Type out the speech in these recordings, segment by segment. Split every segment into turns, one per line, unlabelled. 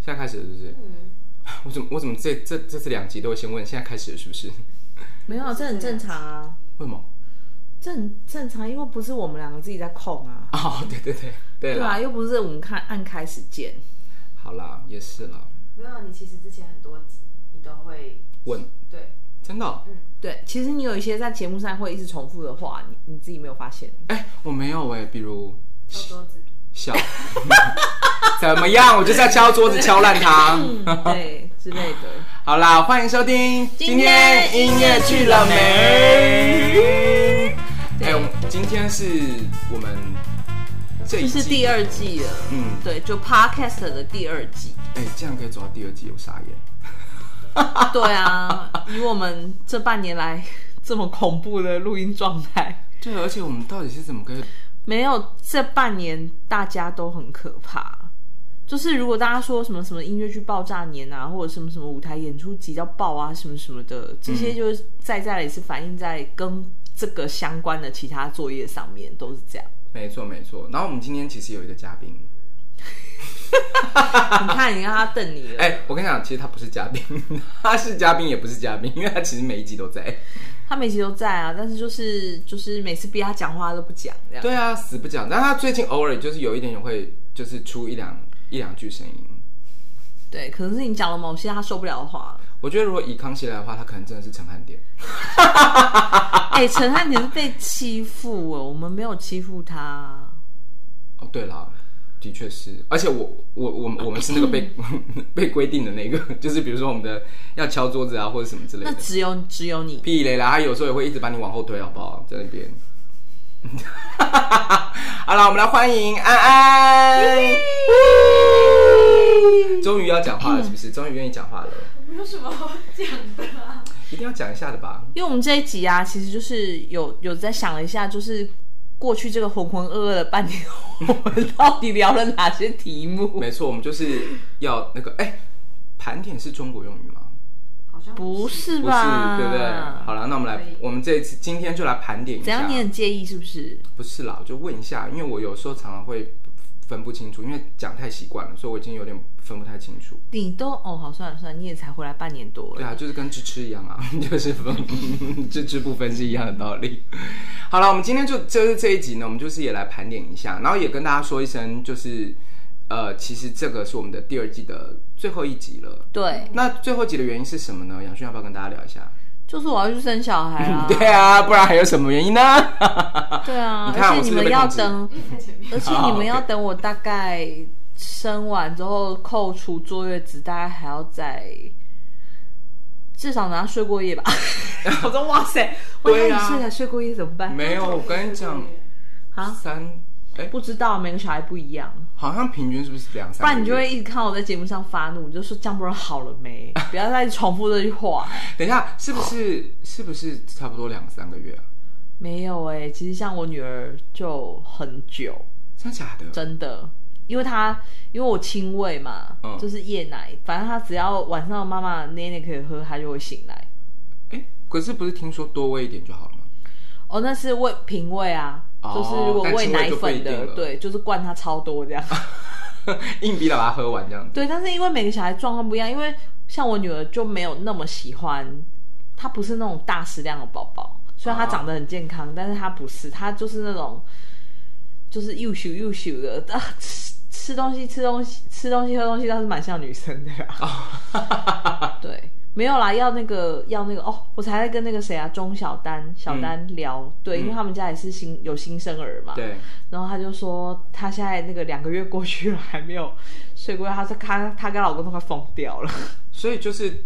现在开始了是不是？
嗯，
我怎么我怎么这这这次两集都会先问现在开始了是不 是？
没有，这很正常啊，
为什么？
这很正常，因为不是我们两个自己在控啊，
哦，对对对对
对
啦，
啊，又不是我们看按开始键，
好啦，也是啦，
没有，啊你其实之前很多集你都会
问
对，
真的哦、
对，其实你有一些在节目上会一直重复的话，你你自己没有发现，
哎、我没有哎、比如
敲桌子，
笑， 怎么样？我就是要敲桌子敲烂它。
嗯， 对之类 的。
好啦，欢迎收听
今天音乐去了没？
哎、
对
我们今天是我们这一
就是
季
第二季了，
嗯
对，就 podcast 的第二 季。
哎、这样可以走到第二季，我傻眼。
对啊，以我们这半年来这么恐怖的录音状态，
对，而且我们到底是怎么跟
没有这半年大家都很可怕。就是如果大家说什么什么音乐剧爆炸年啊，或者什么什么舞台演出挤到爆啊，什么什么的，这些就是在在也是反映在跟这个相关的其他作业上面，都是这样。
没错没错。然后我们今天其实有一个嘉宾，
你看，你让他瞪你了，
哎、我跟你讲，其实他不是嘉宾， 他是嘉宾也不是嘉宾，因为他其实每一集都在。
他每集都在啊，但是就是就是每次逼他讲话他都不讲这样。
对啊，死不讲。但他最近偶尔就是有一点点会，就是出一两一两句声音。
对，可能是你讲了某些他受不了的话。
我觉得如果以康熙来的话，他可能真的是陈汉典。
哎、陈汉典是被欺负哦，我们没有欺负他。
哦，对啦，的确是，而且我我我们我们是那个被 被规定的那个， 就是比如说我们的要敲桌子啊或者什么之类
那
的。
只有只有你，
屁嘞啦，他有时候也会一直把你往后推，好不好？在那边。 好了，我们来欢迎安安。终于要讲话了，是不是？终于愿意讲话了，
我没有什么 好讲的啊。
一定要讲一下的吧？
因为我们这一集啊，其实就是有有在想了一下，就是过去这个浑浑噩噩的半年，我们 到底聊了哪些题目？
没错，我们就是要那个哎，盘点是中国用语吗？
好像
不是
不是，
吧？
对不对？好了，那我们来
可以，
我们这一次今天就来盘点一
怎
下
样？。你很介意是不是？
不是啦，我就问一下，因为我有时候常常会分不清楚，因为讲太习惯了，所以我已经有点分不太清楚。
你都哦，好算了算了，你也才回来半年多
对
了。
啊，就是跟吃吃一样啊， 就是分 吃吃不分是一样的道理。 好了，我们今天就就是这一集呢，我们就是也来盘点一下，然后也跟大家说一声，就是呃，其实这个是我们的第二季的最后一集了。
对，
那最后一集的原因是什么呢？杨勋要不要跟大家聊一下？
就是我要去生小孩 啦、
对啊，不然还有什么原因呢？
对啊，
你看
而
我是不
且你
是
们
被
要
控制
等，
在前面。
而且
好
你们要
OK
等我大概生完之后扣除坐月子，大概还要再至少拿睡过夜 吧。我说哇塞，我
对
一
啊
开始睡才睡过夜怎么办？
没有，我跟你讲，
啊，
三哎，
不知道，每个小孩不一样，
好像平均是不是两三 个月？
不然你就会一直看到我在节目上发怒，你就说江博仁好了没？ 不要再重复这句话。
等一下，是不是是不是差不多两三个月啊？
没有哎、其实像我女儿就很久，
真的假的？
真的，因为她因为我亲喂嘛，
嗯
就是夜奶，反正她只要晚上妈妈的奶奶可以喝，她就会醒来。
哎，可是不是听说多喂一点就好了吗？
哦，那是喂瓶喂啊，
哦
就是如果喂奶
但亲喂
粉
就不一定
的
了，
对，就是灌它超多这样。
硬逼他把它喝完这样子。
对，但是因为每个小孩状况不一样，因为像我女儿就没有那么喜欢，她不是那种大食量的宝宝，虽然她
哦
长得很健康，但是她不是，她就是那种就是又咻又咻的啊。吃吃东西，吃东西，吃东西，喝东西，倒是蛮像女生的啊。
哦
对，没有啦，要那个，要那个哦，我才在跟那个谁啊，钟小丹、小丹聊，对，因为他们家也是新有新生儿嘛，
嗯对，
然后她就说，她现在那个两个月过去了还没有 睡过夜，她是她她跟老公都快疯掉了，
所以就是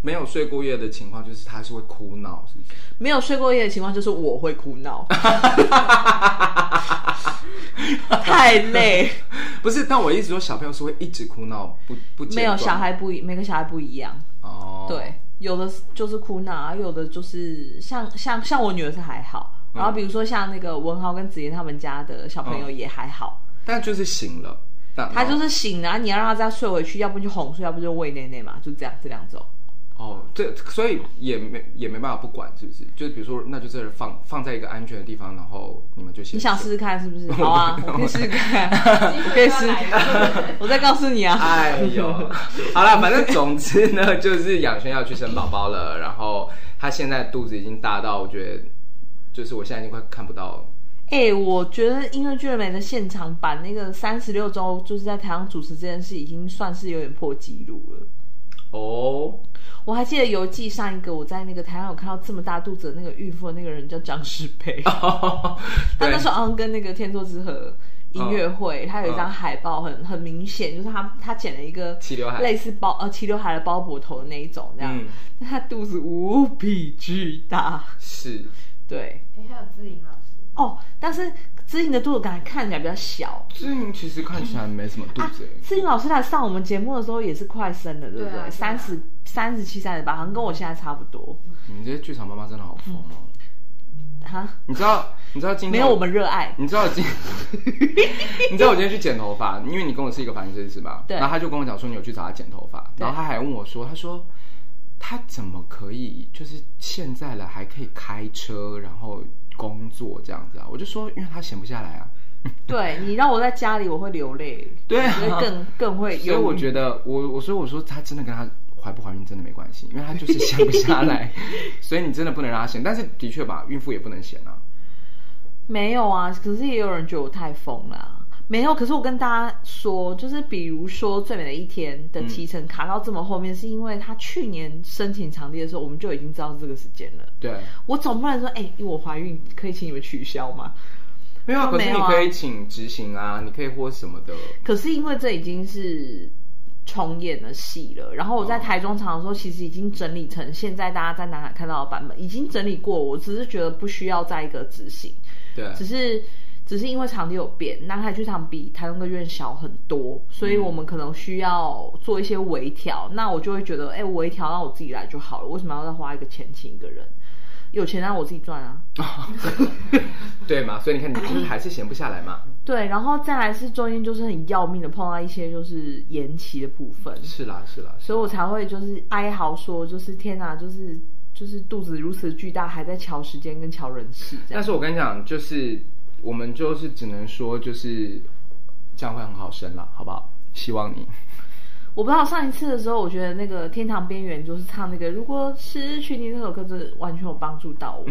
没有睡过夜的情况，就是他是会哭闹，是不是？
没有睡过夜的情况就是我会哭闹， 太累，
不是，但我一直说小朋友是会一直哭闹，不不间
没有
断
小孩不一，每个小孩不一样，
哦，
对，有的就是哭闹，啊，有的就是像像像我女儿是还好，然后比如说像那个文豪跟子妍他们家的小朋友也还好，
但就是醒了，但
他就是醒了，你要让他再睡回去，要不就哄睡，要不就喂奶奶嘛，就这样这两种。
哦，这所以也没也没办法不管，是不是？就是比如说，那就这儿放放在一个安全的地方，然后你们就先
你想试试看是不 是？好啊，我可以试试看， 我可 以试试
哎
看，我再告诉你啊。
哎 呦，好了，反正总之呢，就是养轩要去生宝宝了，然后他现在肚子已经大到，我觉得就是我现在已经快看不到。
哎、我觉得音乐剧的美的现场版那个三十六周，就是在台上主持这件事，已经算是有点破纪录了。
哦，
我还记得邮寄上一个，我在那个台上有看到这么大肚子的那个孕妇，那个人叫张世培。 他
对
那时候好像跟那个天作之合音乐会，他有一张海报很，很、明显，就是他他剪了一个
齐刘海
类似包呃齐刘海的包脖头的那一种这样，
嗯
但他肚子无比巨大，
是
对
哎，还有志颖老师，
哦，但是知颖的肚子感觉看起来比较小。
志颖其实看起来没什么肚
啊
子、，欸
志颖老师来上我们节目的时候也是快生的，对不
对啊对
对？
啊
三十三十七、三十八，好像跟我现在差不多。
你们这些剧场妈妈真的好疯哦！
嗯
哈，
你知道，你知道今天
嗯没有我们热 爱。
你知道我今，你知道我今天去剪头发，因为你跟我是一个发型设计师吧？
对
然后他就跟我讲说你有去找他剪头发，
对
然后他还问我说，他说他怎么可以就是现在了还可以开车，然后工作这样子啊？我就说因为他闲不下来啊。
对你让我在家里，我会流泪，
对啊
我会更更会
所以
有。
我觉得我我所以我说他真的跟他怀不怀孕真的没关系，因为他就是闲不下 来，所以你真的不能让他闲。但是的确吧，孕妇也不能闲啊。
没有啊，可是也有人觉得我太疯啦、没有，可是我跟大家说，就是比如说《最美的一天》的
嗯
提成卡到这么后面，是因为他去年申请场地的时候，我们就已经知道这个时间了。
对，啊
我总不能说，哎、我怀孕可以请你们取消吗？
没有啊，可
没
是
有
你
啊
可以请执行啊，你可以或什么的。
可是因为这已经是重演的戏了，然后我在台中场的时候，其实已经整理成现在大家在哪哪看到的版本，已经整理过，我只是觉得不需要再一个执行。
对，啊
只是只是因为场地有变，南海剧场比台中歌剧院小很多，所以我们可能需要做一些微调。那我就会觉得，哎、微调让我自己来就好了，为什么要再花一个钱请一个人？有钱让我自己赚啊。
对嘛？所以你看，你就是还是闲不下来 嘛。
对，然后再来是中间就是很要命的碰到一些就是延期的部分，
是啦，是啦，
所以我才会就是哀嚎说，就是天哪，就是就是肚子如此巨大，还在瞧时间跟瞧人事这样。
但是我跟你讲，就是我们就是只能说，就是这样会很好生啦，好不好？希望你。
我不知道上一次的时候，我觉得那个《天堂边缘》就是唱那个“如果失去你”这首歌，真的完全有帮助 到我。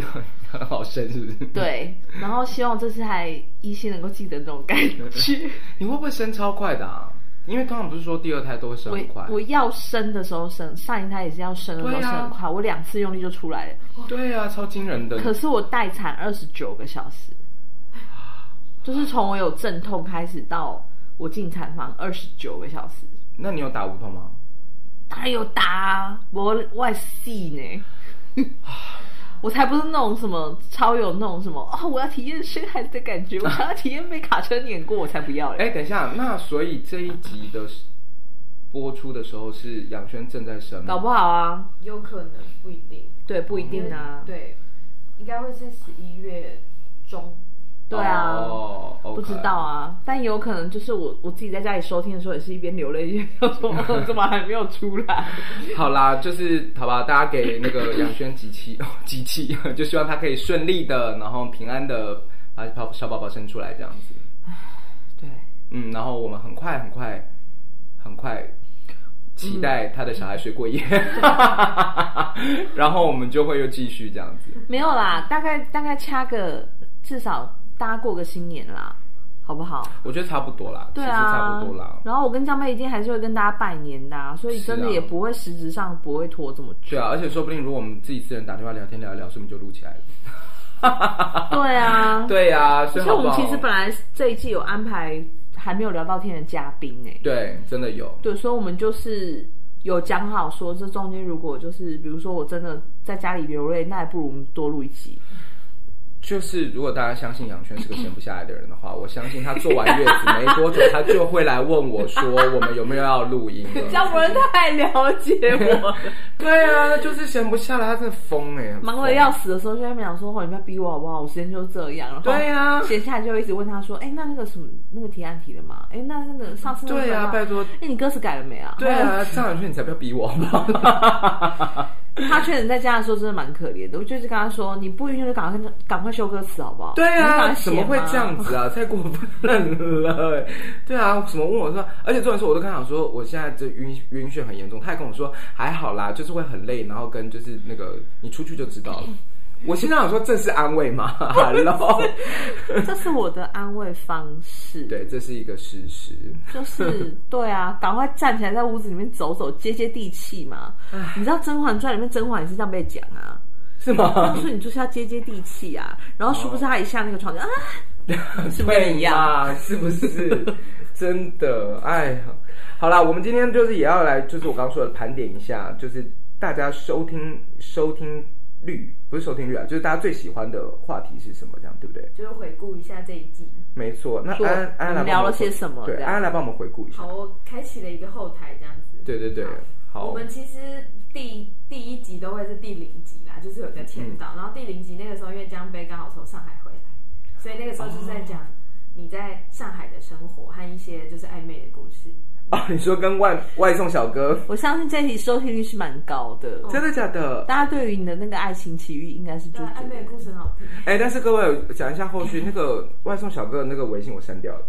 很好生是不是？，
对，然后希望这次还依稀能够记得这种感 觉。
你会不会生超快的啊？因为通常不是说第二胎都会生
我
很快。
我要生的时候生，上一胎也是要生的时候
对
生
啊
很快，我两次用力就出来了。
对啊，超惊人的。
可是我待产二十九个小时，就是从我有阵痛开始到我进产房二十九个小时，
那你有打无痛吗？
当然有打、啊，我外戏呢。 我才不是那种什么超有那种什么哦，我要体验生孩子的感觉，我想要体验被卡车碾过，我才不要嘞。
哎，等一下，那所以这一集的播出的时候是杨轩正在生吗，
搞不好啊，
有可能不一定，
对，不一定啊，
对，应该会是十一月中，
对啊。
哦，
不知道。啊，但有可能就是我我自己在家里收听的时候，也是一边流泪一边想说，哦怎么还没有出来？
好啦，就是好吧，大家给那个杨轩集气， 哦集气，就希望他可以顺利的，然后呃平安的把小小宝宝生出来这样子。
对，
嗯，然后我们很快很快很快期待他的小孩睡过 夜， 然后我们就会又继续这样子。
没有啦，大概大概掐个至少大家过个新年啦，好不好？
我觉得差不多啦，
对
其实
啊，
差不多啦。
然后我跟江妹一定还是会跟大家拜年的、啊，所以真的
是啊
也不会实质上不会拖这么 久。
对啊，而且说不定如果我们自己私人打电话聊天聊一聊，顺便就录起来
嗯
了。
对啊，
对啊，所
而
以
且
好
我
不
们
好？
其实本来这一季有安排还没有聊到天的嘉宾哎、
对，真的有。
对，所以我们就是有讲好说，这中间如果就是比如说我真的在家里流泪，那也不如我们多录一集。
就是如果大家相信杨轩是个闲不下来的人的话，我相信他做完月子没多久，他就会来问我说我们有没有要录音 了。
张博仁太了解我了，
对啊，那就是闲不下来，他真的疯哎、欸，很
忙
疯
得要死的时候就在那边讲说：“哦，你不要逼我好不好？我时间就这样。”然后
对啊
闲下来就一直问他说：“哎，那那个什么那个提案提了吗？哎，那那个上次那个
对啊
吗
拜托
哎，你歌词改了没啊？”
对啊， 张杨轩你才不要逼我好不好？
他确实在家的时候真的蛮可怜的，我就是跟他说，你不一定就赶快赶快修歌词好不好？
对
你赶
啊，
快写
怎么会
嘛
这样？子啊？太过分了、对啊，什么问我说，而且这种事我都跟他讲说，我现在这晕晕眩很严重，他还跟我说还好啦，就是会很累，然后跟就是那个你出去就知道了。我心想说这是安慰吗 ？Hello，
这是我的安慰方式。，
对，这是一个事实。
就是 对啊，赶快站起来在屋子里面走走，接接地气嘛。你知道《甄嬛传》里面甄嬛也是这样被讲啊，
是
他
吗
就？说你就是要接接地气啊。然后殊不知他一下那个床就啊，是不是
对
一样？
呀，是不是？ 真的，哎呀，好啦，我们今天就是也要来，就是我刚刚说的盘点一下，就是大家收听收听率不是收听率啊，就是大家最喜欢的话题是什么，这样对不对？
就是回顾一下这一季。
没错，那
说
安安
我
来
们
帮
聊
我
了些
回
什么
对，
这样
安来帮我们回顾一下
好，。我开启了一个后台这样子。
对对对，好，
我们其实第第一集都会是第零集啦，就是有一个签到，然后第零集那个时候，因为江杯刚好从上海回来，所以那个时候就是在讲你在上海的生活和一些就是暧昧的故事。
哦，你说跟外外送小哥，
我相信这一集收听率是蛮高的，
真的假的？
大家对于你的那个爱情奇遇应该是就
对
觉
啊，
得
暧昧的故事很好听。
哎，但是各位讲一下后续那个外送小哥的那个微信我删掉了，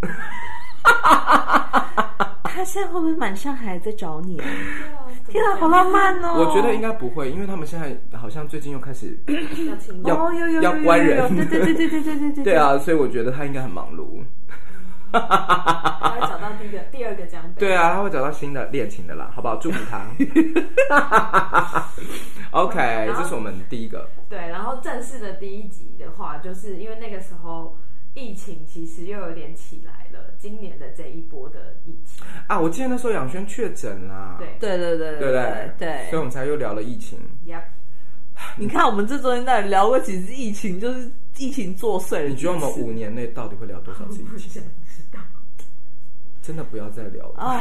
他现在会不会满上海在找你啊？
对啊，
天啊，好 浪漫哦！
我觉得应该不会，因为他们现在好像最近又开始
要亲
要
哦，有有有
要
有
关
有
人
有对对对对对对 对对
对！啊，所以我觉得他应该很忙碌。
他会找到第一个、第二个江北。
对啊，他会找到新的恋情的啦，好不好？祝福他。OK，
然后
这是我们第一个。
对，然后正式的第一集的话，就是因为那个时候疫情其实又有点起来了，今年的这一波的疫情，
啊，我记得那时候杨轩确诊啦，
对
对对对
对不对
对？对
所以我们才又聊了疫情。
呀，
你看我们这中间到底聊过几次疫情，就是疫情作祟了。
你觉得我们五年内到底会聊多少次疫
不
情？
想知 道。
真的不要再聊了。
啊？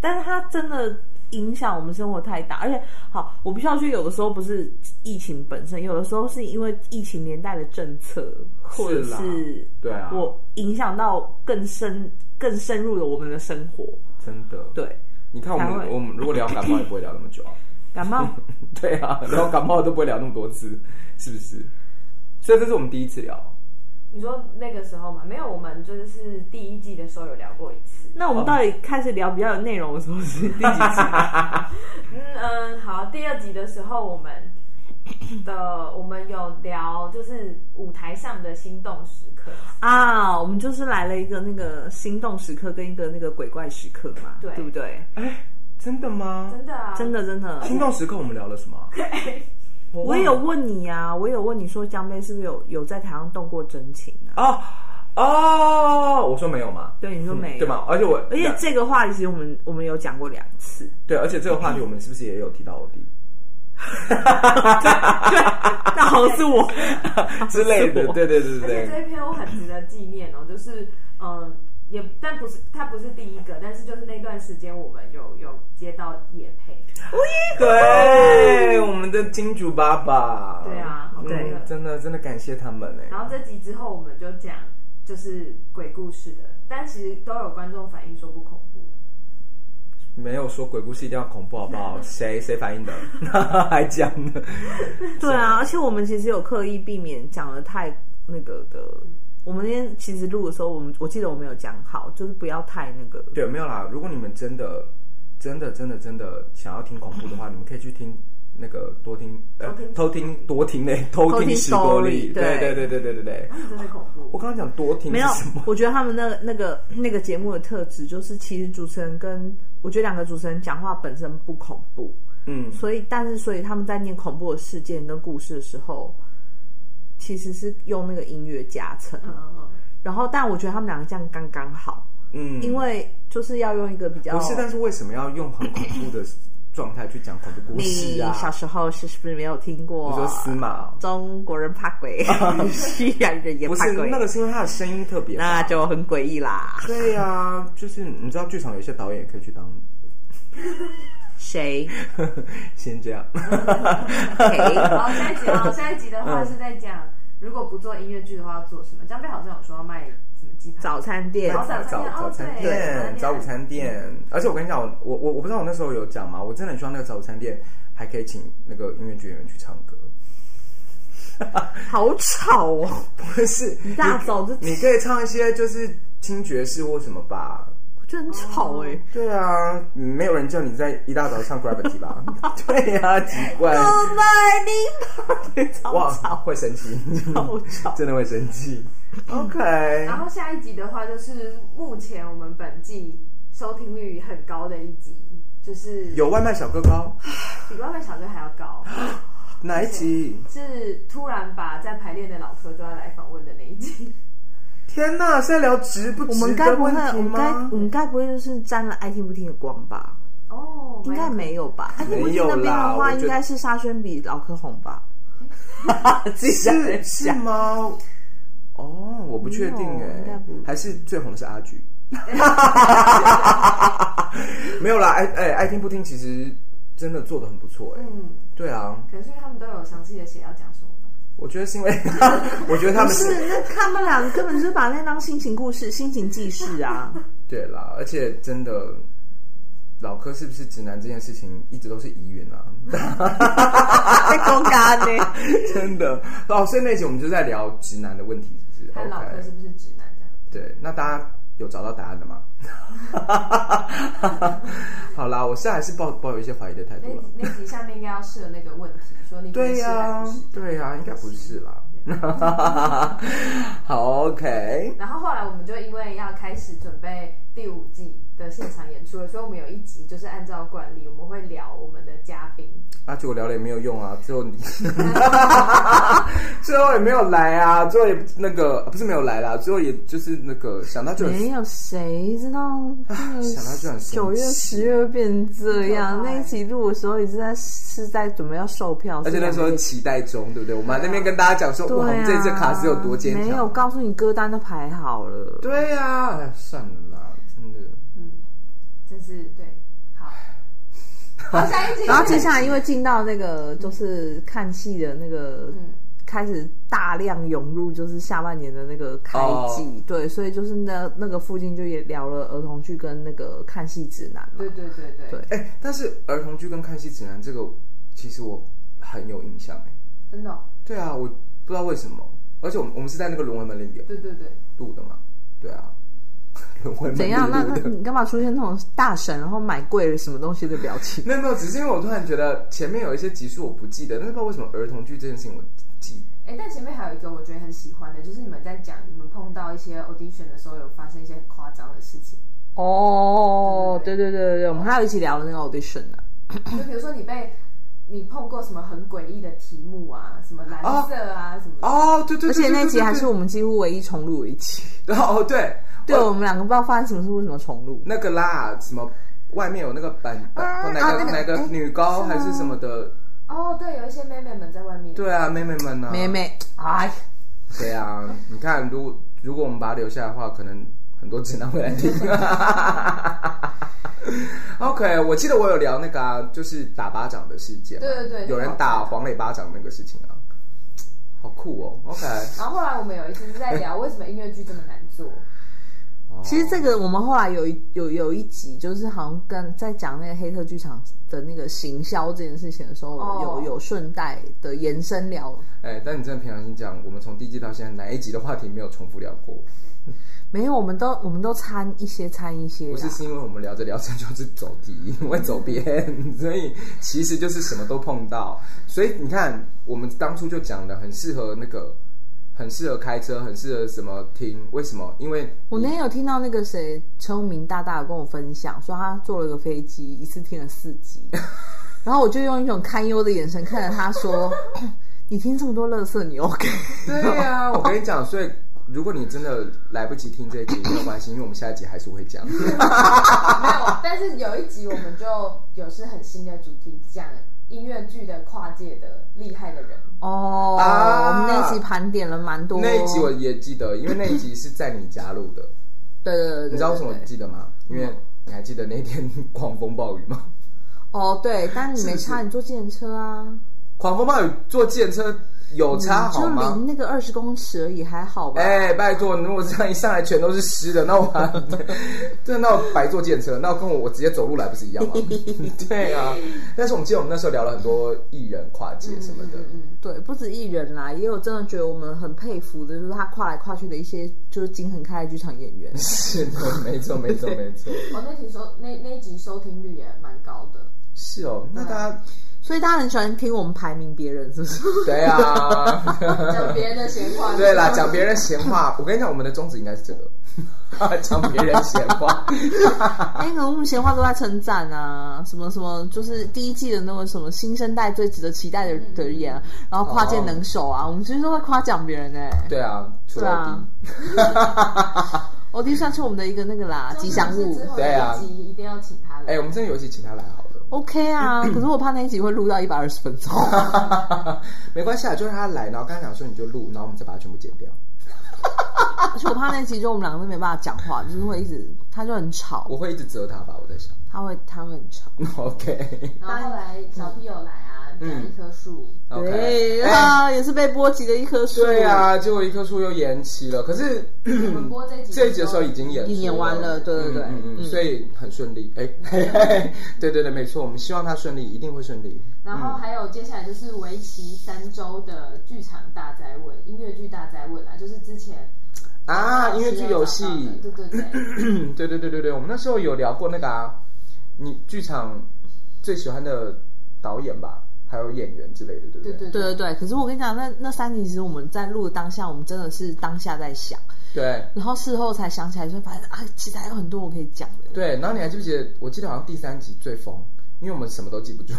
但是它真的影响我们生活太大，而且好，我必须要去，有的时候不是疫情本身，有的时候是因为疫情年代的政策，或者
是啦
是
对啊，
我影响到更深、更深入的我们的生活。
真的。
对，
你看我
才
们，
会
我们如果聊感冒也不会聊那么久啊。
感冒
对啊，聊感冒都不会聊那么多次，是不是？所以这是我们第一次聊。
你说那个时候嘛，没有，我们就是第一季的时候有聊过一次。
那我们到底开始聊比较有内容的时候是第 几集？
嗯嗯，好，第二集的时候我们的我们有聊就是舞台上的心动时刻，
啊，我们就是来了一个那个心动时刻跟一个那个鬼怪时刻嘛，
对
不对？
哎，真的吗？
真的啊，
真的真的，
心动时刻我们聊了什么啊？我
我
忘
也
了
有问你啊，我也有问你说江妹是不是有有在台上动过真情啊？
哦哦，我说没有嘛，
对，你说没有，
嗯对嘛？而且我，
而且这个话题其实我们我们有讲过两 次，
对，而且这个话题我们是不是也有提到我弟
那好像是我
之类的
是？我
对对对
而且
对
这
对，
一篇我很值得纪念哦，就是嗯，也但不是它不是第一个，但是就是那段时间我们有有接到叶配，
对，我们的金主爸爸，
对啊好
对
嗯真的真的感谢他们哎，
然后这集之后我们就讲就是鬼故事的，但其实都有观众反映说不恐怖，
没有说鬼故事一定要恐怖好不 好？谁谁反应的？ 还讲呢？
对啊，而且我们其实有刻意避免讲的太那个的。我们那天其实录的时候，我们我记得我们有讲好，就是不要太那个。
对，没有啦。如果你们真的、真的、真的、真的想要听恐怖的 话，你们可以去听那个多听呃偷听多听嘞， 偷
偷
听
听
史多
story，
利，对对对
对
对对对对。
真的恐怖
我。刚刚讲多听
没
是
有
什么？，
我觉得他们那那个那个节目的特质就是，其实主持人跟我觉得两个主持人讲话本身不恐怖，
嗯，
所以但是所以他们在念恐怖的事件跟故事的时候，其实是用那个音乐加成。
嗯
然后，但我觉得他们两个这样刚刚好，
嗯，
因为就是要用一个比较
不是，但是为什么要用很恐怖的？状态去讲恐怖故
你
事啊。
小时啊候是不是没有听过？
你说司马哦
中国人怕 鬼，西洋人也
不
怕
是
鬼，
那个是因为他的声音特别大，
那就很诡异啦。
对呀、就是你知道剧场有些导演也可以去当，
谁？
先这样。
OK，
好，下一集哦，下一集的话是在讲，如果不做音乐剧的话要做什么？江贝好像有说卖什么鸡排，
早餐店
早餐
早
店
早
哦
餐
对
店，早
早餐店
午餐店。而且我跟你讲，我我我不知道我那时候有讲吗？我真的很希望那个早午餐店还可以请那个音乐剧演员去唱歌。
好吵哦！
不是，
一大早就
你可以唱一些就是轻爵士或什么吧。
我觉得很吵哎。
对啊，没有人叫你在一大早上 Gravity 吧？对呀、奇怪，哦哇，会生气，
好吵
真的会生 气。OK，
然后下一集的话就是目前我们本季收听率很高的一集，就是
有外卖小哥哥
比外卖小哥还要高，
哪一集？
是突然把在排练的老柯抓来访问的那一集。
天呐，是在聊值不
我
值
们该
的
不会
问，题
我们该
吗
我？们该不会就是沾了爱听不听的光吧？
哦，
应该
蛮
没有吧？爱听不听那边的
没有啦我
话，
觉得
应该是沙宣比老柯红吧？自己想
是是吗？哦，我不确定
没有应该
哎
不，
还是最红的是阿菊。 没有啦，爱哎爱听不听，其实真的做的很不错哎。
嗯，
对啊，
可能是因为他们都有详细的写要讲什么吧。
我觉得是因 为，我觉得他
不
们
是，那他们俩根本就是把那当心情故事、心情记 事啊。
对啦，而且真的，老柯是不是直男这件事情一直都是疑云啊，
在公家呢，
真的。哦，所以那集我们就在聊直男的问题，是不是
看老柯是
？OK，
不是直男这样？
对，那大家有找到答案了吗？ 好啦，我现在还是抱抱有一些怀疑的态度了。
那那集下面应该要设那个问题，说你觉得
对
是
呀、
还不是
对呀、应该不是啦。 好，OK，
然后后来我们就因为要开始准备第五季的现场演出了，所以我们有一集就是按照惯例，我们会聊我们的嘉宾。
啊，结果聊了也没有用啊，最后你， 最后也没有来啊，最后也那个不是没有来啦，最后也就是那个想到就很
没有谁知道
想到就很生气
九月、十月会变成这样。
很可怕
那一期录的时候也是在是在准备要售票，
而且那时候
是
期待中，对不对？我们还在那边跟大家讲说，
两
哇，我
个
们
月
这次卡斯有多坚
啊没有
强。
告诉你歌单都排好了。
对呀、哎算了啦，真的。
嗯，真是对，好，好下一集。
然后接下来因为进到那个就是看戏的那个
嗯，
开始大量涌入，就是下半年的那个开季，
哦
对，所以就是那那个附近就也聊了儿童剧跟那个看戏指南嘛
对。对对对，
对
哎，但是儿童剧跟看戏指南这个，其实我很有印象哎。
真的哦、
对啊，我不知道为什么，而且我们我们是在那个轮回门里面
对对对，
录的嘛。对啊， 轮回门
怎
里
样？那
录
那
的。
你干嘛出现那种大神，然后买贵了什么东西的表情？
没有没有，只是因为我突然觉得前面有一些集数我不记得，但是不知道为什么儿童剧这件事情我记。
哎，但前面还有一个我觉得很喜欢的，就是你们在讲你们碰到一些 audition 的时候，有发生一些很夸张的事情，
哦，对对对对对，我们还有一起聊了那个 audition 呢、
就比如说你被你碰过什么很诡异的题目啊，什么蓝色啊，什么的。
哦，对对
而
对，
且那集还是我
们
们几乎唯一重录的一 集。
然后哦对
对我们两个不知道发生什么事，为什么重录？
那个啦，什么外面有那个板板，哪个
啊那个
哪个
哎
女高还是什么的？
哦，对，有一些妹妹们在外面。
对啊，妹妹们啊，
妹，妹，哎，
对啊，你看，如果如果我们把它留下的话，可能很多直男会来 听。OK，我记得我有聊那个啊，就是打巴掌的事件嘛，
对对对
有人打黄磊巴掌那个事情啊，好酷哦。OK，
然后后来我们有一次是在聊为什么音乐剧这么难做，
哦
其实这个我们后来有一有有一集，就是好像跟在讲那个黑特剧场的那个行销这件事情的时候，
哦
有有顺带的延伸聊。
哎，但你真的平常心讲，我们从第一季到现在哪一集的话题没有重复聊过？
没有，我们都我们都掺一些掺一些啦。啊
不是，是因为我们聊着聊着就是走题，会走边，所以其实就是什么都碰到。所以你看，我们当初就讲的很适合那个，很适合开车，很适合什么听？为什么？因为
我那天有听到那个谁陈武明大大有跟我分享，说他坐了个飞机，一次听了四集， 然后我就用一种堪忧的眼神看着他 说：“你听这么多乐色，你 OK？”
对啊，我跟你讲，所以如果你真的来不及听这一集没有关系，因为我们下一集还是会讲。
没有，但是有一集我们就有是很新的主题，讲音乐剧的跨界的厉害的人。
哦，
啊
我们那一集盘点了蛮多。
那一集我也记得，因为那一集是在你家录的，
对对对对，
你知道为什么
对
记得吗？因为你还记得那天 狂风暴雨吗？
哦，对，但你没差，你坐自行车啊，
狂风暴雨坐电车有差
嗯就
好吗
离？那个二十公尺而已，还好吧？
哎、拜托，你如果这样一上来全都是湿的，那我还 对，那我白坐电车，那我跟我我直接走路来不是一样吗？ 对啊，但是我们记得我们那时候聊了很多艺人跨界什么的，
对，不止艺人啦，也有真的觉得我们很佩服的，就是他跨来跨去的一些就是精很开的剧场演员。
是的，没错，没错，没错，
哦，那集收那那集收听率也蛮高的。
是哦， 那大家
所以大家很喜欢听我们排名别人，是不是？
对啊。
讲别人的闲话。
对啦，讲别人闲话，我跟你讲，我们的宗旨应该是这个， 讲别人闲话。
哎、可我们闲话都在称赞啊，什么什么，就是第一季的那个什么新生代最值得期待
嗯
的的人、啊，然后跨界能手啊，
哦
我们其实都在夸奖别人哎、
对啊，除
对啊
了
我哦第算是我们的一个那个啦吉祥
就是
物
之后
对啊
有一集一定要请他
我，哎，
来
我。们真的有一起请他来好了，
，OK 啊。可是我怕那一集会录到一百二十分 钟，
没关系啊，就让他来，然后跟他讲说你就录，然后我们再把它全部剪掉。
而且我怕那一集就我们两个都没办法讲话，就是会一直，他就很吵，
我会一直责他吧，我在想。
他会他会很吵。
OK
然后后来小 P 有来啊，讲一棵树。
OK，哎
对啊，也是被波及的一棵树。
对，啊，结果一棵树又延期了，可是
我们播这集
嗯这一集的时候已经演
已经演完了对对对
嗯嗯嗯，
嗯
所以很顺利。 哎，嘿嘿嘿对对对，没错，我们希望他顺利，一定会顺
嗯
利。
然后还有接下来就是为期三周的剧场大灾问，音乐剧大灾问啊，就是之前
啊，音乐剧游戏，
对对对，
嗯， 对对对对对，我们那时候有聊过那个啊，你剧场最喜欢的导演吧，还有演员之类的，对不
对
对？
对
对对对。可是我跟你讲，那那三集其实我们在录的当下，我们真的是当下在想，
对
然后事后才想起来，就发现啊，其实还有很多我可以讲的。
对然后你还记不记得？我记得好像第三集最疯，因为我们什么都记不住，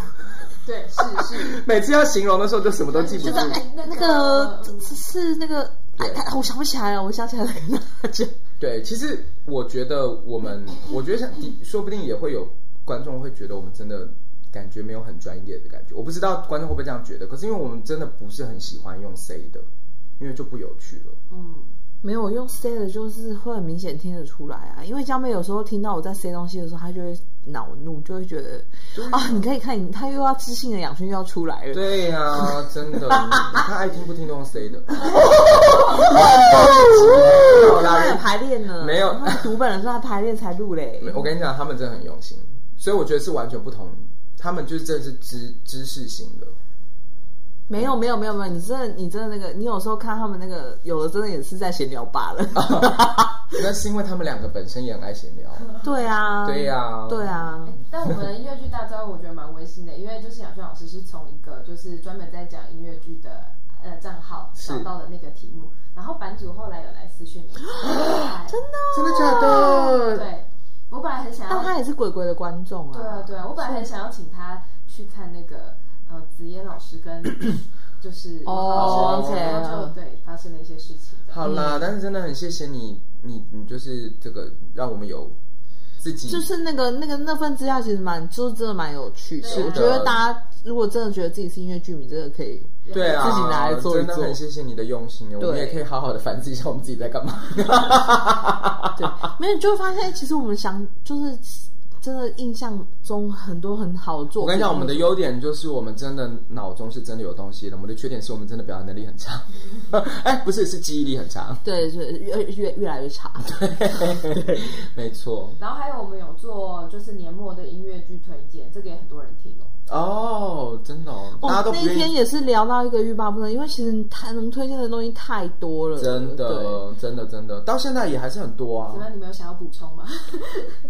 对是是，
每次要形容的时候就什么都记不
就
住
是。哎，那个
嗯
是是那个，哎，哎我想不起来了，我想起来了，那就
对，其实我觉得我们，我觉得像说不定也会有观众会觉得我们真的感觉没有很专业的感觉，我不知道观众会不会这样觉得，可是因为我们真的不是很喜欢用 C 的，因为就不有趣了。
嗯，
没有用 say 的，就是会很明显听得出来啊。因为江妹有时候听到我在 say 东西的时候，她就会恼怒，就会觉得啊，你可以看你，她又要知性的养分又要出来了。
对呀、真的，你看爱听不听都用 C 的。
我刚才有啊排练呢，
没有
他们读本的时候还排练才录嘞。
我跟你讲，他们真的很用心，所以我觉得是完全不同。他们就是真的是知知识型的，
没有没有没有没有，你真的你真的那个，你有时候看他们那个，有的真的也是在闲聊罢了。
那是因为他们两个本身也很爱闲聊。
对啊，
对呀
对啊，
但我们的音乐剧大招我觉得蛮温馨的，因为就是小轩老师是从一个就是专门在讲音乐剧的呃账号找到的那个题目，然后版主后来有来私讯我，真的，
真的假的？
对我本来很想
但
要，
他也是鬼鬼的观众
对啊
啊。
对啊，我本来很想要请他去看那个呃子嫣老师跟就是
哦
王老师然后就
OK
对发生了一些事情，
好啦，但是真的很谢谢你，你你就是这个让我们有自己
就是那个那个那份资料其实蛮，就是真的蛮有趣的。
是的
我觉得大家如果真的觉得自己是音乐剧迷，真的可以。
对啊，
自己拿来做一做
真的很谢谢你的用心，我们
对
也可以好好的反思一下我们自己在干嘛。
对，
啊
没有就会发现其实我们想就是真的印象中很多很好的作品。
我跟你讲，我们的优点就是我们真的脑中是真的有东西的，我们的缺点是我们真的表达能力很差。 哎，不是，是记忆力很差。
对对越越越来越差。
没错。
然后还有我们有做就是年末的音乐剧推荐，这个也很多人听哦。
哦，真的哦，
我
大家都
那
不
一
愿
天
意。
也是聊到一个欲罢不能，因为其实他能推荐的东西太多了，
真
对。
的，真的，真的，到现在也还是很多啊
请。问你们有想要补充吗？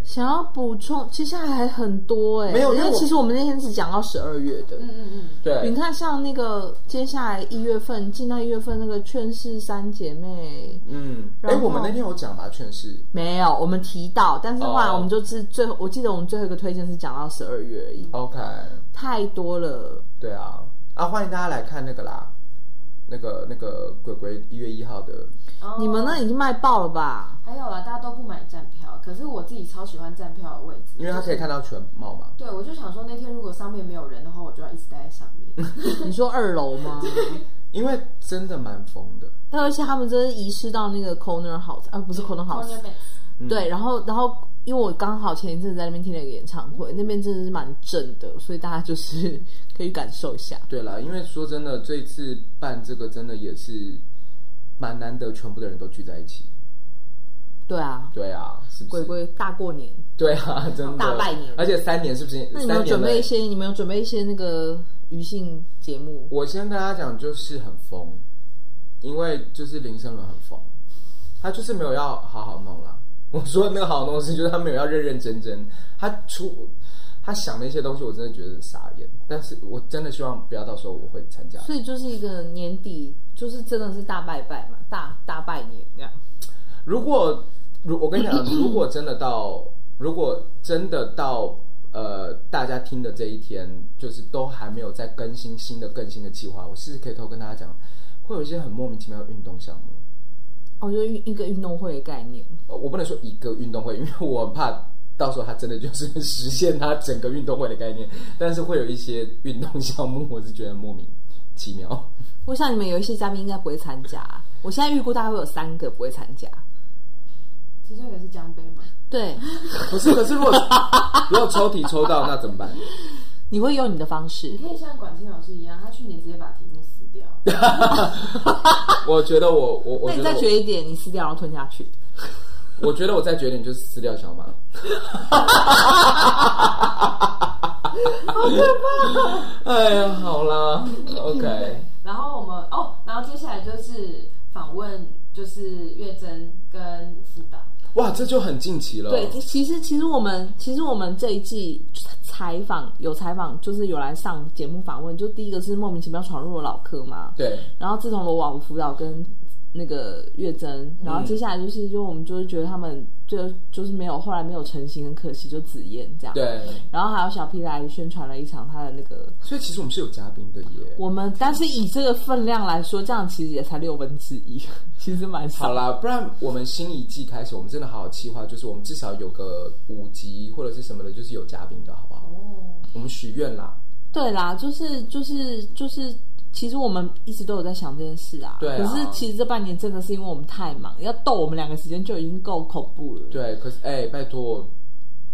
想要补充，其实还很多哎、
没有因
因
为
为
我
其实我们那天只讲到十二月的。
嗯嗯
你
对，
看，像那个接下来一月份进到一月份那个《劝世三姐妹》，
嗯，哎，
然后
我们那天有讲吧，劝世，
没有，我们提到，但是后来
哦
我们就是最后，我记得我们最后一个推荐是讲到十二月
哦
而已，
OK，
太多了。
对啊，啊，欢迎大家来看那个啦，那个那个鬼鬼一月一号的，
哦
嗯你们那已经卖爆了吧？
还有啦，大家都不买站票，可是我自己超喜欢站票的位置，
因为他可以看到全貌嘛。
对，我就想说那天如果上面没有人的话，我就要一直待在上面。
你说二 楼吗？
因为真的蛮疯的，
但而且他们真是遗失到那个 corner house，啊，不是 corner house，
Corner Max
嗯
对，然后然后因为我刚好前一阵子在那边听了一个演唱会，那边真的是蛮正的，所以大家就是可以感受一下。
对啦，因为说真的，这一次办这个真的也是蛮难得，全部的人都聚在一起。
对啊，
对啊，是不
鬼
是？
鬼大过年，
对啊，真的
大拜年
而且三年是不是？
那你
三
们有
年
准
了
备一些？你们有准备一些那个娱性节目？
我先跟大家讲，就是很疯，因为就是林生伦很疯，他就是没有要好好弄啦。我说那个好好弄是，就是他没有要认认真真，他出他想的一些东西，我真的觉得很傻眼。但是我真的希望不要到时候我会参加。
所以就是一个年底，就是真的是大拜拜嘛，大大拜年这样。
如果如我跟你讲，如果真的到，如果真的到呃，大家听的这一天，就是都还没有在更新新的更新的计划，我是可以偷跟大家讲，会有一些很莫名其妙的运动项目。
哦，就是一个运动会的概念。
呃我不能说一个运动会，因为我很怕到时候它真的就是 实现它整个运动会的概念，但是会有一些运动项目，我是觉得莫名其妙。
我想你们有一些嘉宾应该不会参加，我现在预估大概会有三个不会参加。
其中一个是江杯嘛，
对，
不是，可是如果 如果抽题抽到，那怎么办？
你会用你的方式
你。可以像管清老师一样，他去年直接把题目撕掉。
我觉得我我我觉
那
得
你再
我
决一点，你撕掉然后吞下去。
我觉得我再决定就是撕掉小马， 好可怕！哎呀，好啦，OK，
嗯
然后我们哦，然后接下来就是访问，就是月珍跟辅导。
哇，这就很近期了。
对，其实其实我们其实我们这一季采访有采访，就是有来上节目访问，就第一个是莫名其妙闯入了老科嘛，
对，
然后自从罗网辅导跟那个月珍，
嗯
然后接下来就是因为我们就是觉得他们就就是没有后来没有成型，很可惜，就紫燕这样。
对，
然后还有小 P 来宣传了一场他的那个，
所以其实我们是有嘉宾的耶。
我们但是以这个分量来说，这样其实也才六分之一， 其实蛮少。
好啦，不然我们新一季开始，我们真的好好计划，就是我们至少有个五集或者是什么的，就是有嘉宾的好不好？
哦，
我们许愿啦，
对啦，就是就是就是，其实我们一直都有在想这件事啊。
对啊
可是其实这半年真的是因为我们太忙，要斗我们两个时间就已经够恐怖了。
对，可是哎、拜托，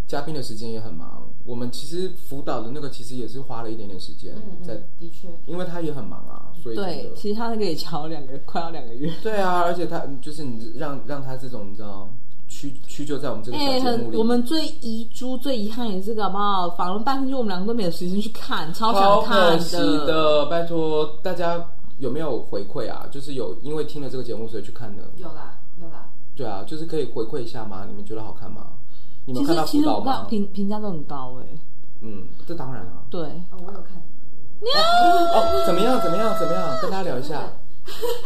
嘉宾的时间也很忙，我们其实辅导的那个其实也是花了一点点时间
嗯
在，
嗯，的确，
因为他也很忙啊，所以真
对
的
其实他那个也瞧了两个快要两个月。
对啊，而且他就是你让让他这种你知道屈屈就在我们这个小
哎、
节目
很
里，
我们最遗珠、最遗憾也是这个好不好？访问半天，就我们两个都没有时间去看，超
好
想
可
看
惜的，拜托大家有没有回馈啊？就是有因为听了这个节目所以去看的，
有啦，有啦。
对啊，就是可以回馈一下吗？你们觉得好看吗？你们
其
看
实
到
其
辅
实
导
我看
吗？
评评价都很高哎、
嗯，这当然啊。
对，
哦，我有看，
哦，怎么样？怎么样？怎么样？跟大家聊一下。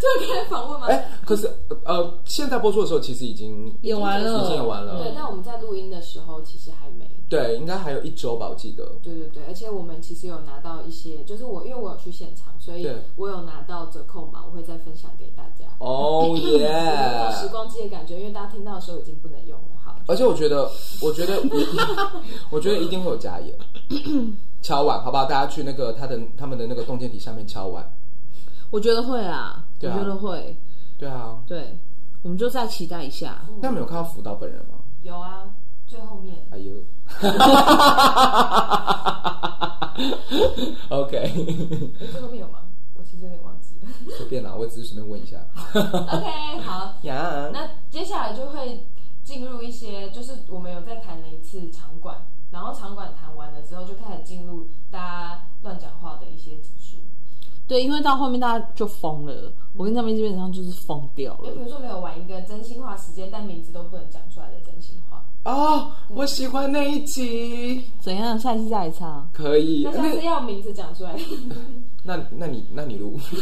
就可以访问吗？
哎，可是呃，现在播出的时候其实已经
演完了，
已经演完了
对，但我们在录音的时候其实还没。
对，应该还有一周吧，我记得。
对对对，而且我们其实有拿到一些，就是我因为我有去现场，所以
对
我有拿到折扣码，我会再分享给大家。
哦耶！
有种时光机的感觉，因为大家听到的时候已经不能用了。好，
而且我觉得，我觉得， 我觉得一定会有加 演。敲碗，好不好？大家去那个他的他们的那个洞见体下面敲碗。
我觉得会啦，
对啊
我觉得会，
对啊，
对，我们就再期待一下。
那你们有看到辅导本人吗？
有啊，最后面
哎呦 ，OK，
诶最后面有吗？我其实有点忘记了。
随便啦，我只是随便问一下。
OK，好，
呀，
那接下来就会进入一些，就是我们有在谈了一次场馆，然后场馆谈完了之后，就开始进入大家乱讲话的一些指数。
对，因为到后面大家就疯了，我跟他们基本上就是疯掉
就
呃
了
哎比。如说没有玩一个真心话时间，但名字都不能讲出来的真心话。
哦，我喜欢那一集，
怎样？下一次再来唱？
可以。
那下次
那
要名字讲出来，
那那你那你录，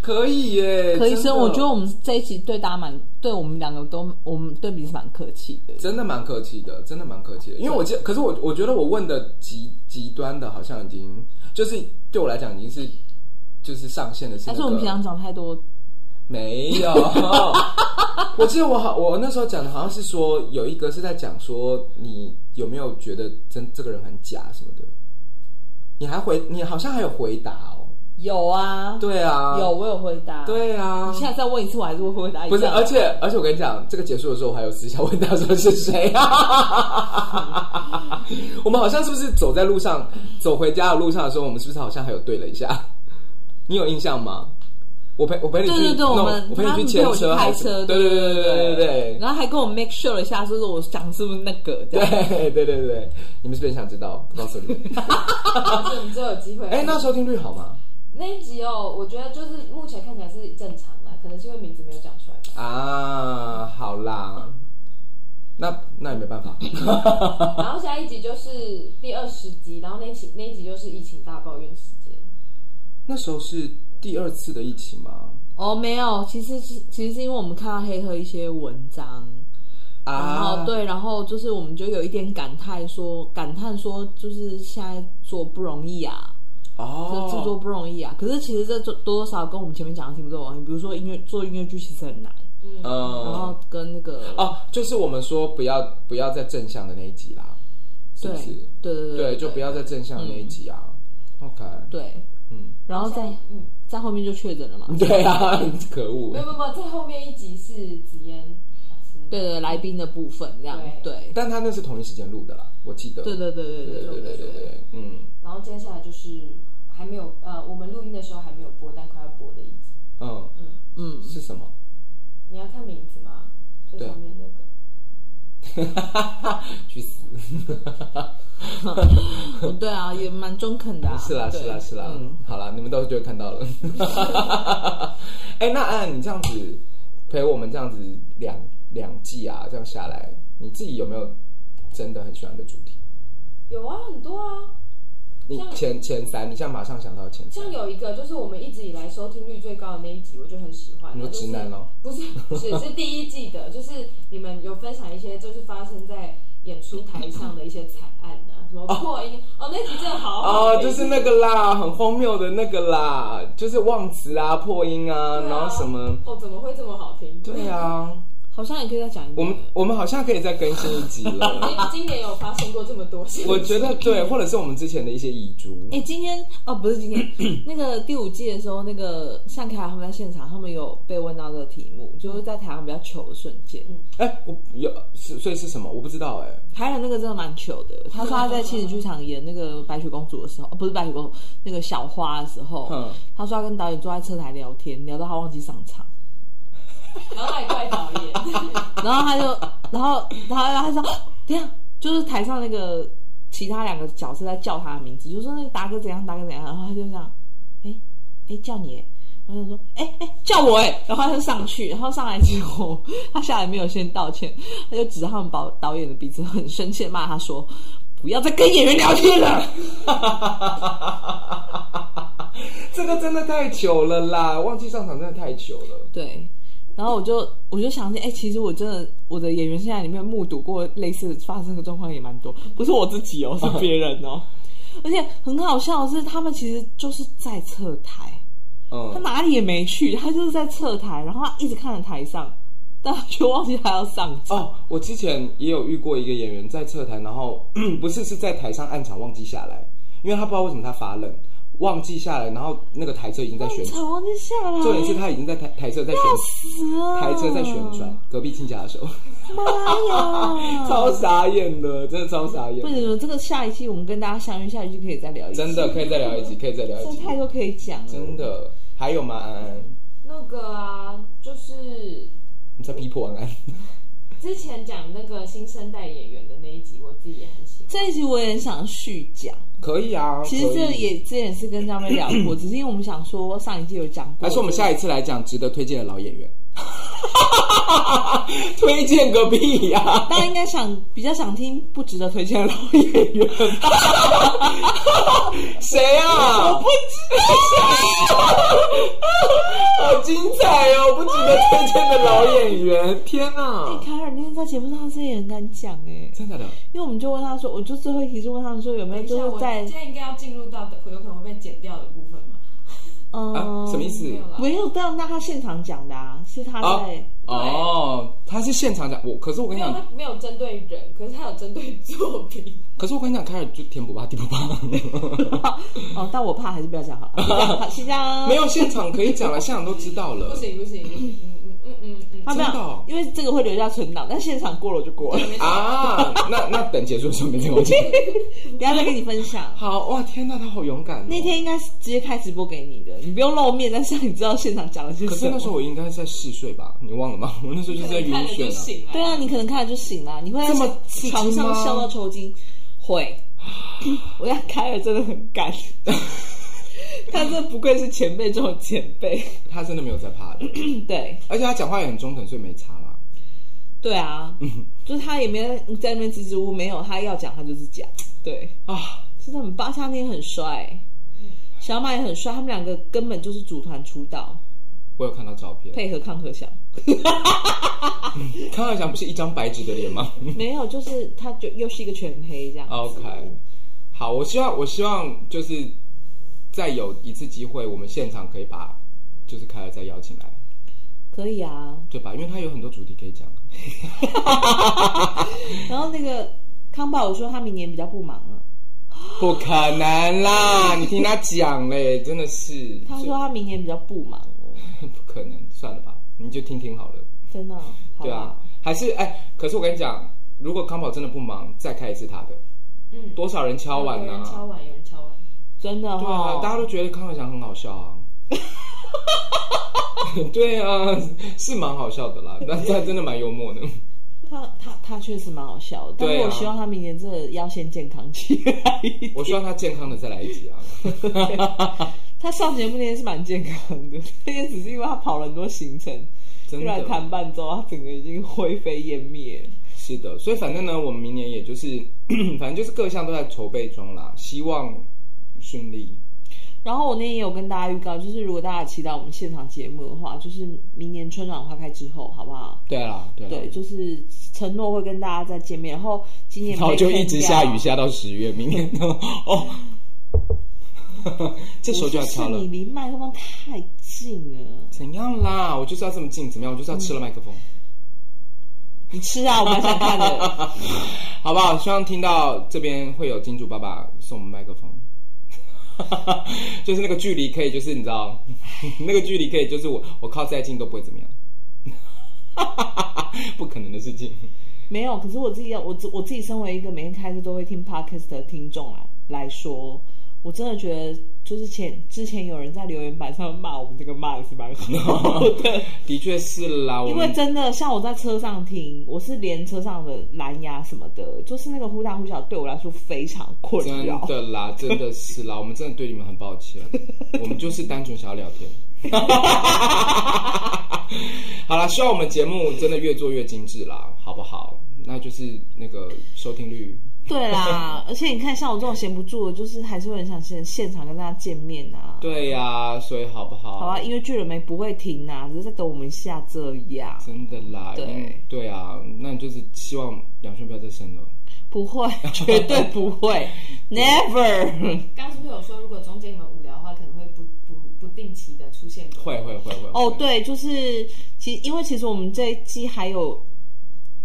可以耶，
可以，
真
所
的
以我觉得我们这一集对大家蛮，对我们两个都，我们对彼此蛮客气的。
真的蛮客气的，真的蛮客气的。因为我记，可是我我觉得我问的极极端的，好像已经就是对我来讲已经是就是上线的事、那
但是我们
个
平常讲太多，
没有，我记得我好，我那时候讲的好像是说有一个是在讲说你有没有觉得真这个人很假什么的，你还回你好像还有回答哦，
有啊，
对啊，
有，我有回答。，
对啊
你，现在再问一次，我还是会回答一下。
不是，而且而且我跟你讲，这个结束的时候，我还有私下问他说是谁啊？我们好像是不是走在路上，走回家的路上的时候，我们是不是好像还有对了一下？你有印象吗？我陪我陪你去
对对对，
弄
我们
我陪你
他
去
们
牵
陪我去
车
开
还是，
车，
对
对
对对对
对
对
然后还跟我 make sure 了一下，说是我讲是不是那个这样。
对对对对对，你们是不是很想知道？不告诉你。
这你就有机会。
哎，那收听率好吗？
那一集哦，我觉得就是目前看起来是正常的，可能是因为名字没有讲出来 吧。
啊，好啦，那那也没办法。
然后下一集就是第二十集，然后那一集那一集就是疫情大抱怨时间。
那时候是第二次的疫情吗？
哦，没有，其实是其实是因为我们看到黑客一些文章，然
啊，
后对，然后就是我们就有一点感叹说，感叹说就是现在做不容易啊，
哦
就，制作不容易啊。可是其实这多多少少跟我们前面讲的题目都有关系，比如说音乐做音乐剧其实很难，然
嗯，
后跟那个
哦，就是我们说不要不要再正向的那一集啦，是
对
不是？
对对
对，就不要再正向的那一集啊。OK，
哦对，
嗯，
然后再
嗯，
在后面就确诊了嘛，
对啊，可恶
没。有没有没有，在后面一集是紫嫣老师。
对对，来宾的部分这样，对，
但他那是同一时间录的啦，我记得。
对对对对
对
对
对对对对，嗯
然后接下来就是还没有呃，我们录音的时候还没有播，但快要播的一集。
嗯，
嗯，
是什么？
你要看名字吗？最上面那个。
去死！
对啊，也蛮中肯的啊，
是啦
对
是啦是啦，
嗯，
好啦，你们到时候就会看到了。 哎，那按你这样子陪我们这样子两两季啊，这样下来，你自己有没有真的很喜欢的主题？
有啊，很多啊。
你
像
前前三，你现在马上想到前三
像，有一个就是我们一直以来收听率最高的那一集，我就很喜欢。
你说直男哦
就是？不是，是是第一季的，就是你们有分享一些就是发生在演出台上的一些惨案啊，什么破音哦，那集真的好好
哦，
听
就是那个啦，很荒谬的那个啦，就是忘词啊、破音啊，
对啊
然后什么，
哦，怎么会这么好听？
对啊，
好像也可以再讲一
我们
遍，
我们好像可以再更新一集
今，
了。
今年有发生过这么多事情，
我觉得对，或者是我们之前的一些遗珠，
哎、今天哦，不是今天，那个第五季的时候，那个向凯他们在现场，他们有被问到这个题目，就是在台湾比较糗的瞬间。
嗯
哎，我有是，所以是什么？我不知道哎。
台南那个真的蛮糗的，他说他在七十剧场演那个白雪公主的时候，哦、不是白雪公主，那个小花的时候，
嗯
他说他跟导演坐在车台聊天，聊到他忘记上场，
然后还怪导演，
然后他就，然后然后他说，等一下，就是台上那个其他两个角色在叫他的名字，就说那个达哥怎样，达哥怎样，然后他就这样，哎哎叫你哎，然后他说哎哎叫我哎，然后他就上去，然后上来之后，他下来没有先道歉，他就指着他们导导演的鼻子，很生气的骂他说。不要再跟演员聊天了，
这个真的太糗了啦！忘记上场真的太糗了。
对，然后我就我就想起，哎、其实我真的我的演员生涯里面目睹过类似发生的状况也蛮多，不是我自己哦，是别人哦。 而且很好笑的是，他们其实就是在侧台，他
嗯，
哪里也没去，他就是在侧台，然后他一直看着台上，但他却忘记他要上场。
哦，我之前也有遇过一个演员在侧台，然后 不是是在台上暗场忘记下来，因为他不知道为什么他发愣，忘记下来，然后那个台车已经在旋
现
转，
场忘记下来，
重点是他已经在台台车在旋，
死啊！
台车在旋转，，隔壁亲家的手，
妈呀！
超傻眼的，真的超傻眼
嗯不
的，
行，这个下一期我们跟大家相遇，下一期可以再聊一集，
真的可以再聊一集，可以再聊一
这
集，
太多可以讲了，
真的还有吗？安安，
那个啊，就是
你在逼迫安 安，
之前讲那个新生代演员的那一集，我自己也很喜欢。
这一集我也想续讲，
可以啊，
其实
可以
这也之前也是 跟张妹聊过，只是因为我们想说上一季有讲过，
还是我们下一次来讲值得推荐的老演员。 推荐个屁呀、
啊大家应该想比较想听不值得推荐的老演 员吧？
谁啊？我不好精彩哦！不值得推荐的老演员，天哪！
凯尔那天在节目上，他也很敢讲哎、
真的的，
因为我们就问他说，我就最后一题是问他说有没有
等一下
就是
我
在
现在应该要进入到的有可能会被剪掉的部分嘛？
嗯、
啊什么意思
哦没有啦，
没有到那他现场讲的啊，是他
啊
在、
哦，他是现场讲我，可是我跟
没
你
有
讲，
没有针对人，可是他有针对作品。
可是我跟你讲，凯尔就天不怕地不 怕，
哦，但我怕还是不要讲好 了，好，先啊这样。
没有现场可以讲了，现场都知道
不
了。
行不行，嗯嗯嗯嗯
他
嗯，
没
真的
有
哦，
因为这个会留下存档，但现场过了就过了，
啊，那那等结束的时候没 听我讲。
等一下再跟你分享。
好哇，天哪，他好勇敢、哦。
那天应该是直接开直播给你的，你不用露面，但是你知道现场讲了些
可是
什
那
么
时。候我应该在嗜睡吧？你忘了吗？ 我那时候就是在晕
看了
眩
就
啊。
醒了。
对啊，你可能看了就醒了，你会在
这么刺激吗
床上笑到抽筋，会。 我想凯尔真的很 敢，他这不愧是前辈中的前辈。
他真的没有在怕的，
对
而且他讲话也很中肯，所以没差啦。
对啊，就是他也没有在那边支支吾吾，没有他要讲他就是讲，对，
啊，
真的很棒。夏天很帅，小马也很帅，他们两个根本就是组团出道，
我有看到照 片，
配合康和祥。
康尔祥不是一张白纸的脸吗
没有，就是他就又是一个全黑这样。
？OK，好，我希望我希望就是再有一次机会，我们现场可以把就是凯尔再邀请来，
可以啊。
对吧？因为他有很多主题可以讲。啊
然后那个康宝，我说他明年比较不忙了，
不可能啦！你听他讲嘞，真的是。
他说他明年比较不忙了，
不可能，算了吧，你就听听好了。
真的、好
对啊
吧？，
还是哎，可是我跟你讲，如果康宝真的不忙，再开一次他的，
嗯，
多少人敲啊碗
有
呢、
人敲碗，有人敲碗。
真的
对啊，大家
哈、
都觉得康宝祥很好笑 啊。对啊，是蛮好笑的啦，但他真的蛮幽默的。
他他他确实蛮好笑的，但
对
是
啊
我希望他明年真的要先健康起来 一点。
我希望他健康的再来一 集啊。
他上节目那天是蛮健康的，那天只是因为他跑了很多行程，
真
不然
的，
弹伴奏，他整个已经灰飞烟灭了。
是的，所以反正呢，我们明年也就是 反正就是各项都在筹备中啦，希望顺利。
然后我那天也有跟大家预告，就是如果大家期待我们现场节目的话，就是明年春暖花开之后，好不好？
对啦，对啦，啊
对，就是承诺会跟大家再见面。然后今年
然后
被
就
坑
一直
掉
下雨，下到十月，明天哦，这时候就要敲
我
了
说是。你离麦克风太近了，
怎样啦？我就是要这么近，怎么样？我就是要吃了麦克风，
嗯你吃啊，我蛮想看 的。
好不好？希望听到这边会有金主爸爸送我们麦克风， 就是那个距离可以，就是你知道， 那个距离可以，就是我我靠再近都不会怎么样， 不可能的事情。
没有，可是我自己要，我自我自己身为一个每天开车都会听 podcast 的听众啊来说，我真的觉得就是前之前有人在留言板上骂我们这个骂的是蛮好 的。
的确是啦，我
因为
们
真的，像我在车上听，我是连车上的蓝牙什么的，就是那个忽大忽小，对我来说非常困
真
扰。
的啦，真的是啦，我们真的对你们很抱 歉，我们就是单纯想要聊天。 好啦，希望我们节目真的越做越精致啦，好不好？那就是那个收听率，
对啦，而且你看，像我这种闲不住的，就是还是会很想现现场跟大家见面啊。
对呀、所以好不好？
好啊，音乐剧人没不会停啊，只是在等我们一下这样。
真的啦，
对
嗯对啊，那就是希望杨轩不要再生了。
不 会，绝对不会，never。
刚刚是不是有说，如果中间你们无聊的话，可能会不不不定期的出现？
会会会会。
哦，
会，
对，就是其因为其实我们这一季还有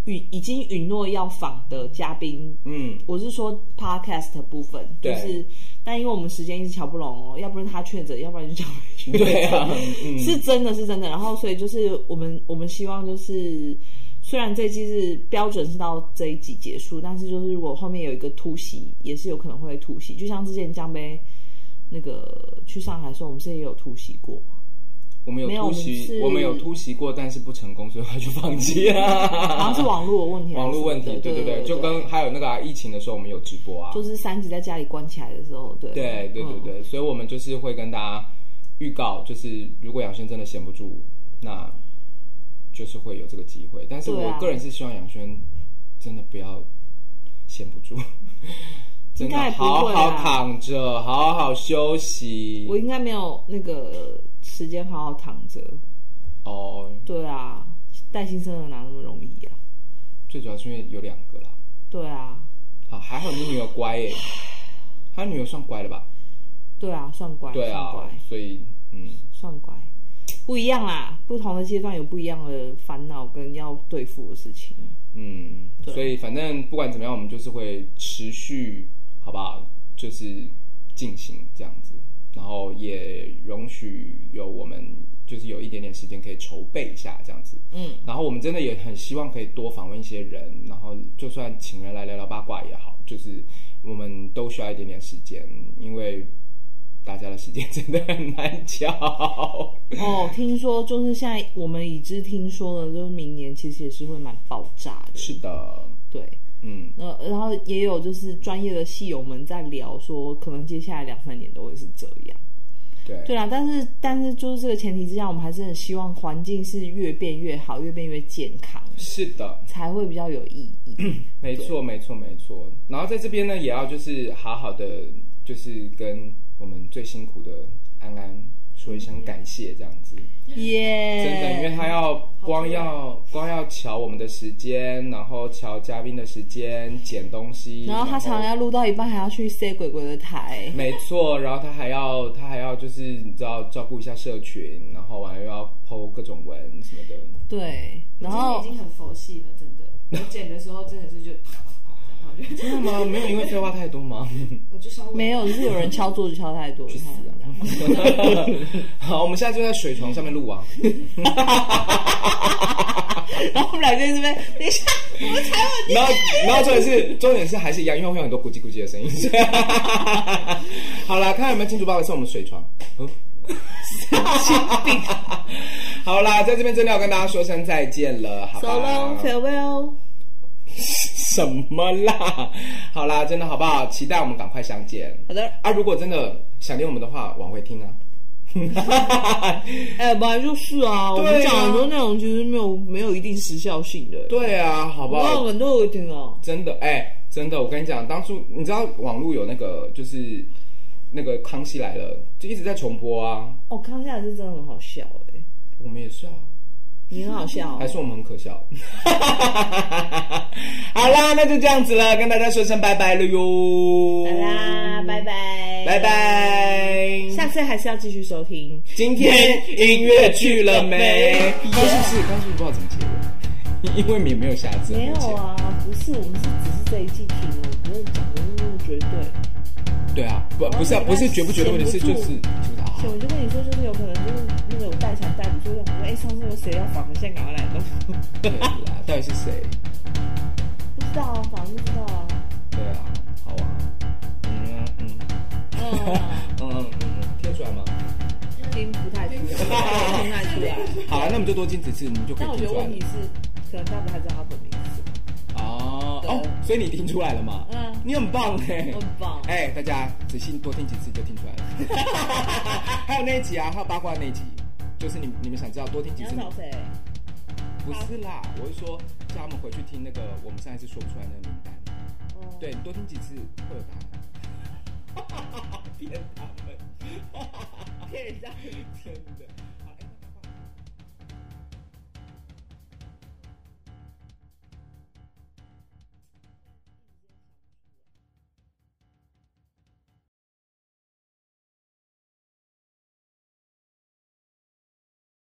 允已经允诺要访的嘉宾
嗯，
我是说 podcast 的部分，就
对
是，但因为我们时间一直瞧不拢哦，要不然他确诊，要不然就讲没确诊
对啊，嗯，
是真的是真的。然后所以就是我们我们希望就是，虽然这一季是标准是到这一集结束，但是就是如果后面有一个突袭，也是有可能会突袭，就像之前江杯那个去上海的时候，我们是也有突袭 过。
我们有
没有
突
我们
袭，
是
我们有突袭过，但是不成功，所以他就放弃啊了。
好像是网络的问题还是什么的，
网络问题，对
对
对对，就跟还有那个啊疫情的时候，我们有直播啊，
就是三级在家里关起来的时候，对
对对对
嗯
对，所以我们就是会跟大家预告，就是如果养生真的闲不住，那就是会有这个机会。但是
对
我
啊
个人是希望杨轩真的不要闲不 住，真的
应该也不
好
会啊
好
啦
躺着，好好休息。
我应该没有那个时间好好躺着。
哦，
对啊，带新生儿哪那么容易啊？
最主要是因为有两个啦。
对啊，
好，还好你女儿乖耶、她女儿算乖的吧？
对啊，算乖，
对
算
啊
乖，，
所以嗯，
算乖，不一样啦。不同的阶段有不一样的烦恼跟要对付的事情。
嗯，
对
所以反正不管怎么样，我们就是会持续，好不好？就是进行这样子，然后也容许有我们就是有一点点时间可以筹备一下这样子。
嗯，
然后我们真的也很希望可以多访问一些人，然后就算请人来聊聊八卦也好，就是我们都需要一点点时间，因为大家的时间真的很难找。
哦，听说就是现在我们已知听说的，就是明年其实也是会蛮爆炸的。
是的，
对，
嗯。
呃，然后也有就是专业的戏友们在聊说，可能接下来两三年都会是这样。
对，
对啊，但是但是就是这个前提之下，我们还是很希望环境是越变越好，越变越健康，
是的，
才会比较有意义。
没错，没错，没错。然后在这边呢，也要就是好好的，就是跟我们最辛苦的安安说一声感谢，这样子。
耶、
真的，因为他要光要光要瞧我们的时间，然后瞧嘉宾的时间，剪东西，
然后他常常要录到一半，还要去 say 鬼鬼的台。
没错，然后他还要他还要就是你知道照顾一下社群，然后完了又要剖各种文什么 的。
对，然
我
后
今天已经很佛系了，真的。我剪的时候真的是就，然后就
真的吗？没有因为废话太多吗？
我就稍微
没有，就是有人敲桌子敲太多，太多
好，我们现在就在水床上面录啊。
然后我们俩在这边，等一下，我们踩我
然后，然后重点是，重点是还是一样，因为会有很多咕叽咕叽的声音。 好啦，看有没有金主爸爸送我们水床。嗯， 好啦，在这边真的要跟大家说声再见了，好
so
吧
long farewell。
什么啦？好啦，真的好不好？期待我们赶快相见。
好的，
啊，如果真的想念我们的话，往回听啊。
哎、本来就是啊，我们
对啊
讲很多内容其实没有没有一定时效性的，
对啊，好不
我
好？
们都有一点哦。
真的，哎、真的，我跟你讲，当初你知道网络有那个就是那个《康熙来了》，就一直在重播啊。
哦，康下来是真的很好笑哎、
我们也是啊，
你很好笑、
还
哦，
是我们很可笑。好啦，那就这样子了，跟大家说声拜拜了哟。
好啦，拜拜，
拜，拜。
下次还是要继续收听。
今天音乐去了
哎
没？刚是不是？刚是不是不知道怎么结尾？因为你没有下次。
没有啊，不是，我们是只是这一季停了，不是讲的那么绝对。
对啊，不不是啊，不是绝不绝对问题是就是就是啊。
所以我就跟你说，就是有可能就是那个有带想带不住，我想说，哎、上次有谁要访的，现在赶快来弄。
对啦，到底是谁？
不知道啊，访不知道啊。
对啊，好啊。嗯啊嗯
嗯，
嗯嗯嗯，听出来吗？
听不太出来，听不太出来。
好了，那我们就多听几次，你们就可
但我
以
觉
听
得
出来
问
了
题。是，可能大不太知道他本名是什么。
哦
对
哦，所以你听出来了嘛？
嗯
你很棒哎，
我很棒
哎，大家仔细多听几次就听出来 了。还有那一集啊，还有八卦那一集，就是你你们想知道多听
你
几
要
次？
找谁？
不是啦，我是说叫他们回去听那个我们上一次说不出来那个名单。
哦
对，你多听几次会有答案。 骗他们，
骗人家
真的。